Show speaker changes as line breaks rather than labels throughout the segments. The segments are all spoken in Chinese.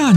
大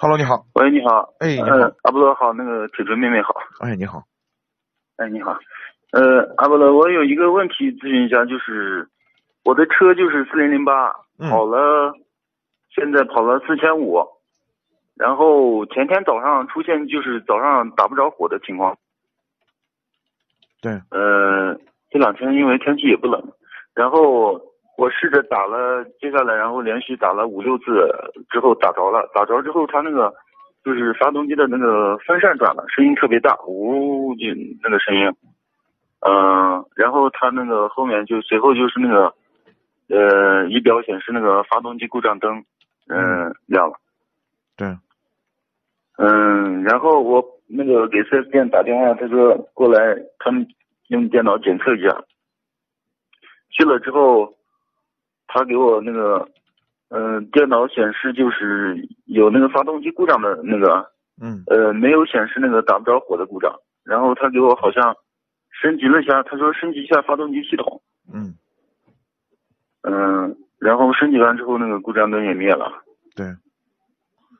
Hello，你好。
喂，你好。
哎，你
呃
好。，
阿波罗好，那个铁锤妹妹好。
哎，你好。
哎，你好。呃，阿波罗，我有一个问题咨询一下，就是我的车就是四零零八，
嗯
跑了，现在跑了四千五，然后前天早上出现就是早上打不着火的情况。
对。
呃，这两天因为天气也不冷，然后我试着打了，接下来然后连续打了五六次之后打着了，打着之后它那个就是发动机的那个风扇转了，声音特别大，呜就那个声音，嗯、然后它那个后面就随后就是那个呃仪表显示那个发动机故障灯，嗯、亮了。
对。
嗯，然后我那个给四 S 店打电话，他说过来，他们用电脑检测一下。去了之后，他给我那个，嗯、电脑显示就是有那个发动机故障的那个，
嗯
呃，没有显示那个打不着火的故障。然后他给我好像升级了一下，他说升级一下发动机系统，
嗯，
嗯、然后升级完之后，那个故障灯也灭了。
对。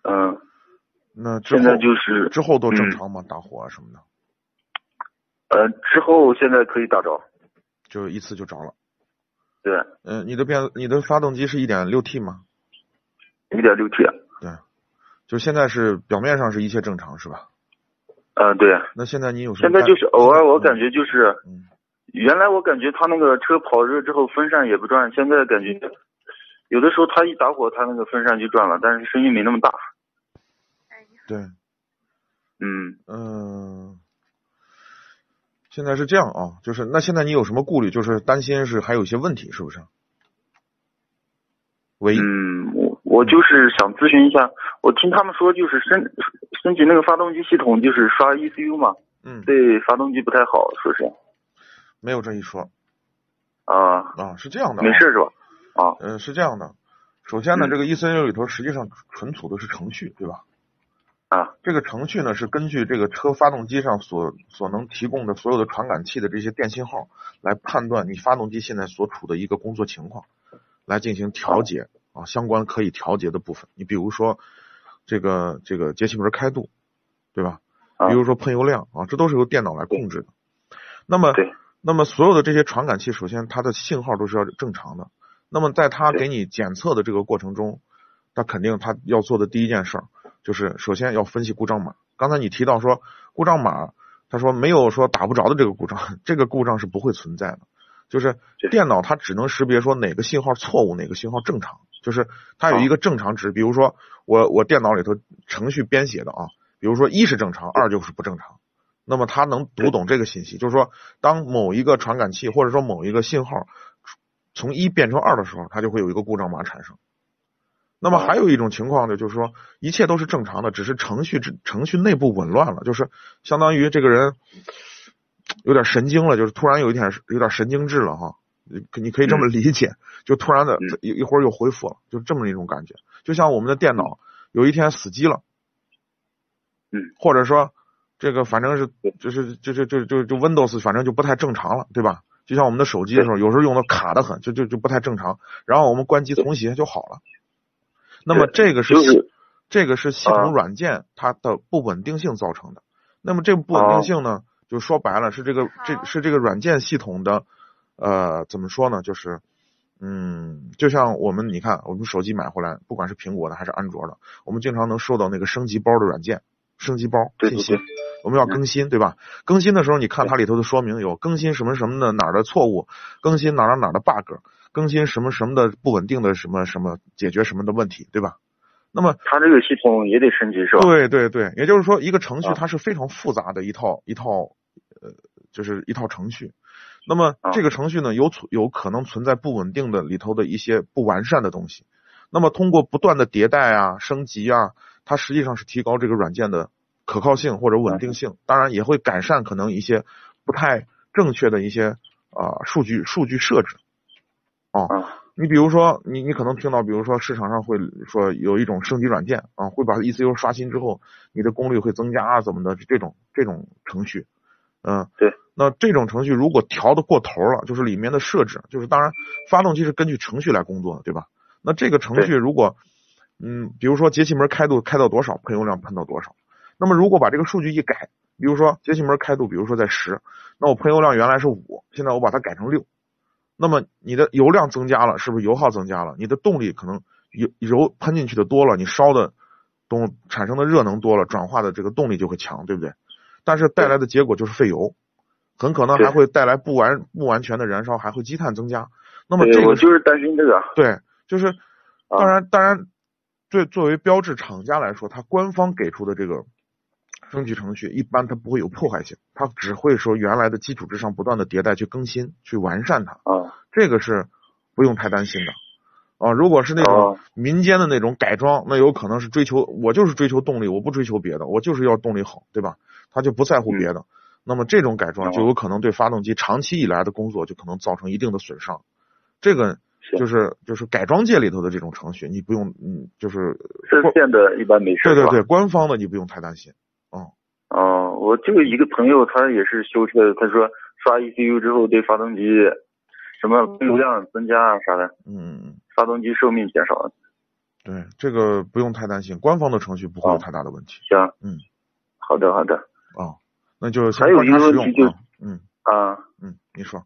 嗯、
那之
现在
后
就是
之后都正
嗯
常吗？打火啊什么的，
呃，之后现在可以打着，
就一次就着了。
对，
嗯，你的变你的发动机是一点六 T 吗？
一点六 T，啊
就现在是表面上是一切正常是吧？
嗯、对，
那现在你有什么
现
感？
在就是偶尔我感
觉
觉就是，
嗯
原来我感觉他那个车跑热之后风扇也不转，现在感觉有的时候他一打火，他那个风扇就转了，但是声音没那么大，
对，
嗯。
嗯，现在是这样啊，就是那现在你有什么顾虑？就是担心是还有一些问题是不是？喂，
嗯，我我就是想咨询一下，我听他们说就是升升级那个发动机系统，就是刷 ECU 嘛，
嗯，
对发动机不太好，说是
没有这一说
啊，
啊，是这样的、啊，
没事。是吧？啊，
嗯，是这样的，首先呢，
嗯
这个 E C U 里头实际上存储的是程序，对吧？
啊，
这个程序呢是根据这个车发动机上所所能提供的所有的传感器的这些电信号来判断你发动机现在所处的一个工作情况，来进行调节啊，相关可以调节的部分。你比如说这个这个节气门开度，对吧？
啊
比如说喷油量啊，这都是由电脑来控制的。那么
对，
那么所有的这些传感器，首先它的信号都是要正常的。那么在它给你检测的这个过程中，那肯定它要做的第一件事儿就是首先要分析故障码。刚才你提到说故障码，他说没有说打不着的这个故障， 这个故障是不会存在的。就是
对
电脑它只能识别说哪个信号错误，哪个信号正常，就是它有一个正常值。比如说我我电脑里头程序编写的啊，比如说一是正常，二就是不正常。那么它能读懂这个信息，就是说，当某一个传感器或者说某一个信号从一变成二的时候，它就会有一个故障码产生。那么还有一种情况呢，就是说一切都是正常的，只是程序程序内部紊乱了，就是相当于这个人有点神经了，就是突然有一点有点神经质了哈，你可你可以这么理解，就突然的
嗯
一一会儿又恢复了，就这么一种感觉，就像我们的电脑有一天死机了，
嗯，
或者说这个反正是就是就就就就就 Windows 反正就不太正常了，对吧？就像我们的手机的时候，有时候用的卡的很，就就就不太正常，然后我们关机重启就好了。那么这个是
就是
系这个是系
啊
统软件它的不稳定性造成的。那么这不稳
啊
定性呢，就说白了是这个这
好
是这个软件系统的呃怎么说呢？就是嗯，就像我们你看，我们手机买回来，不管是苹果的还是安卓的，我们经常能收到那个升级包的软件，升级包
对
信
对嗯
息
对，
我们要更新，对吧？更新的时候，你看它里头的说明有更新什么什么的哪儿的错误，更新哪儿哪儿哪儿的 bug，更新什么什么的不稳定的什么什么解决什么的问题，对吧？那么
它这个系统也得升级是吧？
对对对，也就是说，一个程序
啊
它是非常复杂的一套一套呃，就是一套程序。那么
啊
这个程序呢，有存有可能存在不稳定的里头的一些不完善的东西。那么通过不断的迭代啊、升级啊，它实际上是提高这个软件的可靠性或者稳定
嗯
性，当然也会改善可能一些不太正确的一些啊、呃数据数据设置。
啊，
你比如说，你你可能听到，比如说市场上会说有一种升级软件啊，会把 ECU 刷新之后，你的功率会增加啊，怎么的这种这种程序，嗯，
对。
那这种程序如果调的过头了，就是里面的设置，就是当然发动机是根据程序来工作的，对吧？那这个程序如果，嗯，比如说节气门开度开到多少，喷油量喷到多少，那么如果把这个数据一改，比如说节气门开度，比如说在十，那我喷油量原来是五，现在我把它改成六，那么你的油量增加了，是不是油耗增加了？你的动力可能油油喷进去的多了，你烧的东产生的热能多了，转化的这个动力就会强，对不对？但是带来的结果就是费油，很可能还
对
会带来不完不完全的燃烧，还会积碳增加。那么这
对，
个
我
是
就是担心这 个。
对，就是
啊
当然、当然，对作为标志厂家来说，它官方给出的这个升级程序，一般它不会有破坏性，它只会说原来的基础之上不断的迭代去更新去完善它，
啊，
这个是不用太担心的。啊，如果是那种
哦
民间的那种改装，那有可能是追求我就是追求动力，我不追求别的，我就是要动力好，对吧？他就不在乎别
嗯
的。那么这种改
哦
装就有可能对发动机长期以来的工作就可能造成一定的损伤。这个
是
就是就是改装界里头的这种程序，你不用嗯，就是
这线的一般没事。
对对
是吧
对，官方的你不用太担心。
哦，我就一个朋友，他也是修车的，他说刷 ECU 之后对发动机什么流量增加啊啥的，
嗯，嗯
发动机寿命减少了。
对，这个不用太担心，官方的程序不会有
哦
太大的问题
行，
嗯，
好的好的
啊、那就先
还有
观
一
察
个
使
问
用
题就是
啊，嗯
啊，
嗯，你说。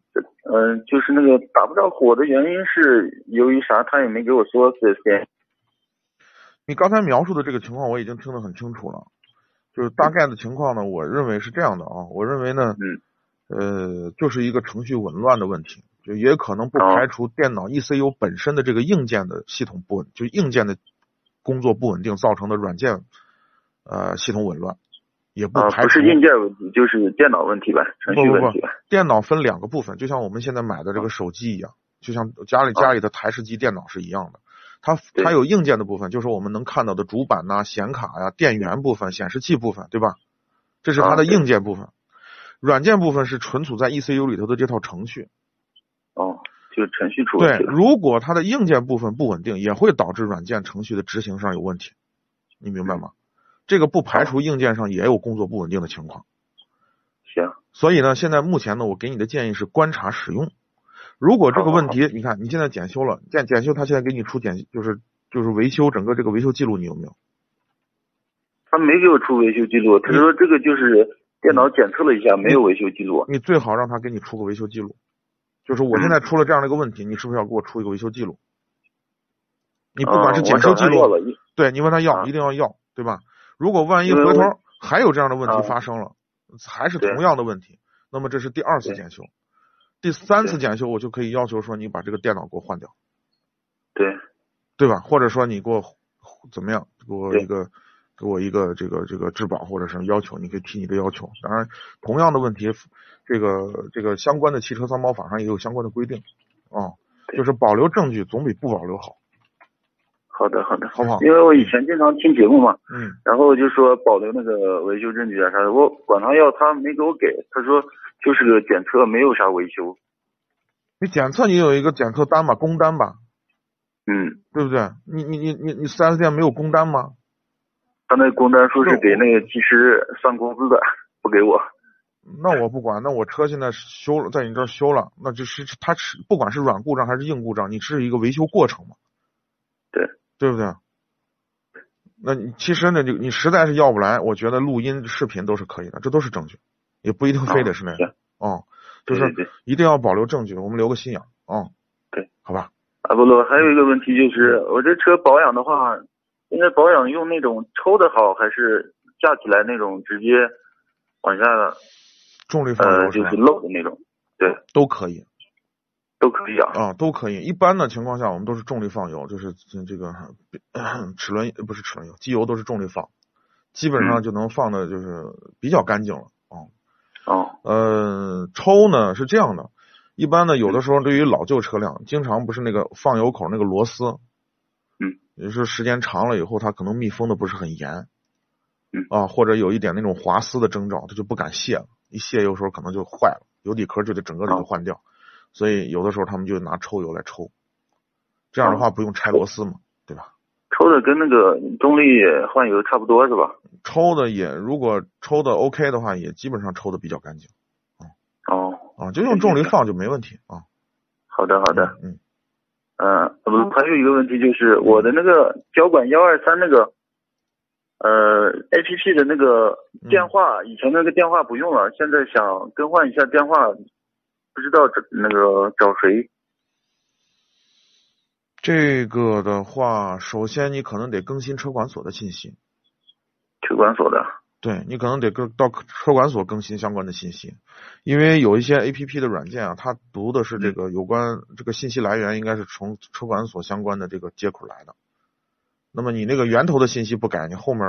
嗯、就是那个打不着火的原因是由于啥？他也没给我说这些。
你刚才描述的这个情况我已经听得很清楚了，就是大概的情况呢，我认为是这样的啊，我认为呢，
嗯，
呃，就是一个程序紊乱的问题，就也可能不
哦
排除电脑 ECU 本身的这个硬件的系统不稳，就硬件的工作不稳定造成的软件呃系统紊乱，也不
啊，
排
不
除
是硬件问题，就是电脑问题呗，程序
不不
问题呗。
电脑分两个部分，就像我们现在买的这个手机一样，就像家里家里的台式机电脑是一样的。它它
嗯对
有硬件的部分，就是我们能看到的主板呐、显卡呀、电源部分、显示器部分，对吧？这是它
啊
的
对
硬件部分。软件部分是存储在 ECU 里头的这套程序。
哦，就程序出问
对，
题了。
如果它的硬件部分不稳定，也会导致软件程序的执行上有问题。你明
嗯
白吗？这个不
啊
排除硬件上也有工作不稳定的情况。
行，
所以呢，现在目前呢，我给你的建议是观察使用。如果这个问题，你看你现在检修了，检检修他现在给你出检就是就是维修整个这个维修记录，你有没有？
他没给我出维修记录，他说这个就是电脑检测了一下，没有维修记录。
你最好让他给你出个维修记录，就是我现在出了这样的一个问题，你是不是要给我出一个维修记录？你
你
不管是
啊嗯
检修记录，
了，一
对你问他要，
啊
一定要要，对吧？如果万一回
因为
头
我
还有这样的问
啊
题发生了，还是
对
同样的问题，那么这是第二次
对
检修，第三次
对
检修我就可以要求说你把这个电脑给我换掉。
对
对吧？或者说你给我怎么样，给我
对
一个给我一个这个这个质保或者是要求，你可以提你的要求。当然，同样的问题，这个这个相关的汽车三包法上也有相关的规定啊、
对
就是保留证据总比不保留好，
好的好的，
好不好？
因为我以前经常听节目嘛，
嗯，
然后就说保留那个维修证据啊啥的，我管他要，他没给我给，他说就是个检测，没有啥维修。
你检测你有一个检测单吧，工单吧，
嗯，
对不对？你你你你你四 S 店没有工单吗？
他那工单说是给那个技师算工资的，不给我。
那我不管，那我车现在是修了，在你这儿修了，那就是它是不管是软故障还是硬故障，你是一个维修过程嘛？
对，
对不对？那你其实呢，就你实在是要不来，我觉得录音、视频都是可以的，这都是证据，也不一定非得是那样。
行
哦、就
对啊对
是
对，
一定要保留证据，我们留个心眼儿。哦、
对，
好吧，
啊不了，还有一个问题就是，
嗯
我这车保养的话，应该保养用那种抽的好，还是架起来那种直接往下
重力放
呃
流
就是
吧？
漏的那种
都可以。
都可以啊？
啊，都可以。一般的情况下，我们都是重力放油，就是这这个 齿轮呃不是齿轮油，机油都是重力放，基本上
嗯
就能放的就是比较干净了啊。
哦，
呃，抽呢是这样的，一般呢有的时候对于老旧车辆，经常不是那个放油口那个螺丝，
嗯，
也是时间长了以后，它可能密封的不是很严。
嗯
啊，或者有一点那种滑丝的征兆，它就不敢卸了，一卸有时候可能就坏了，油底壳就得整个给它
哦
换掉，所以有的时候他们就拿抽油来抽，这
哦
样的话不用拆螺丝嘛，对吧？
抽的跟那个动力换油差不多是吧？
抽的也如果抽的 OK 的话，也基本上抽的比较干净
哦，
啊，就用重力放就没问题啊。
好的好
好
的，，
嗯，
嗯，不是，还有一个问题就是我的那个交管幺二三那个，呃，A P P 的那个电话，以前那个电话不用了，现在想更换一下电话，不知道找那个找谁。
这个的话，首先你可能得更新车管所的信息，
车管所的，
对你可能得更到车管所更新相关的信息，因为有一些 A P P 的软件啊，它读的是这个有关这个信息来源应该是从车管所相关的这个接口来的。那么你那个源头的信息不改，你后面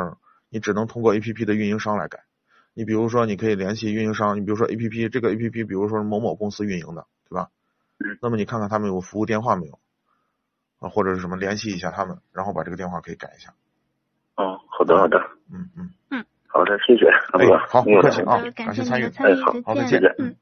你只能通过 A P P 的运营商来改。你比如说，你可以联系运营商，你比如说 A P P 这个 A P P，比如说是某某公司运营的，对吧
嗯？
那么你看看他们有服务电话没有啊，或者是什么联系一下他们，然后把这个电话可以改一下。
哦，好的好的，
嗯嗯，
好的，谢谢，
哎
不，
好，
没有
不客
了
气
好
啊
的，
感
呃感
谢
谢
参
您
与
的参与
哎好，
好再
再
见
见。嗯。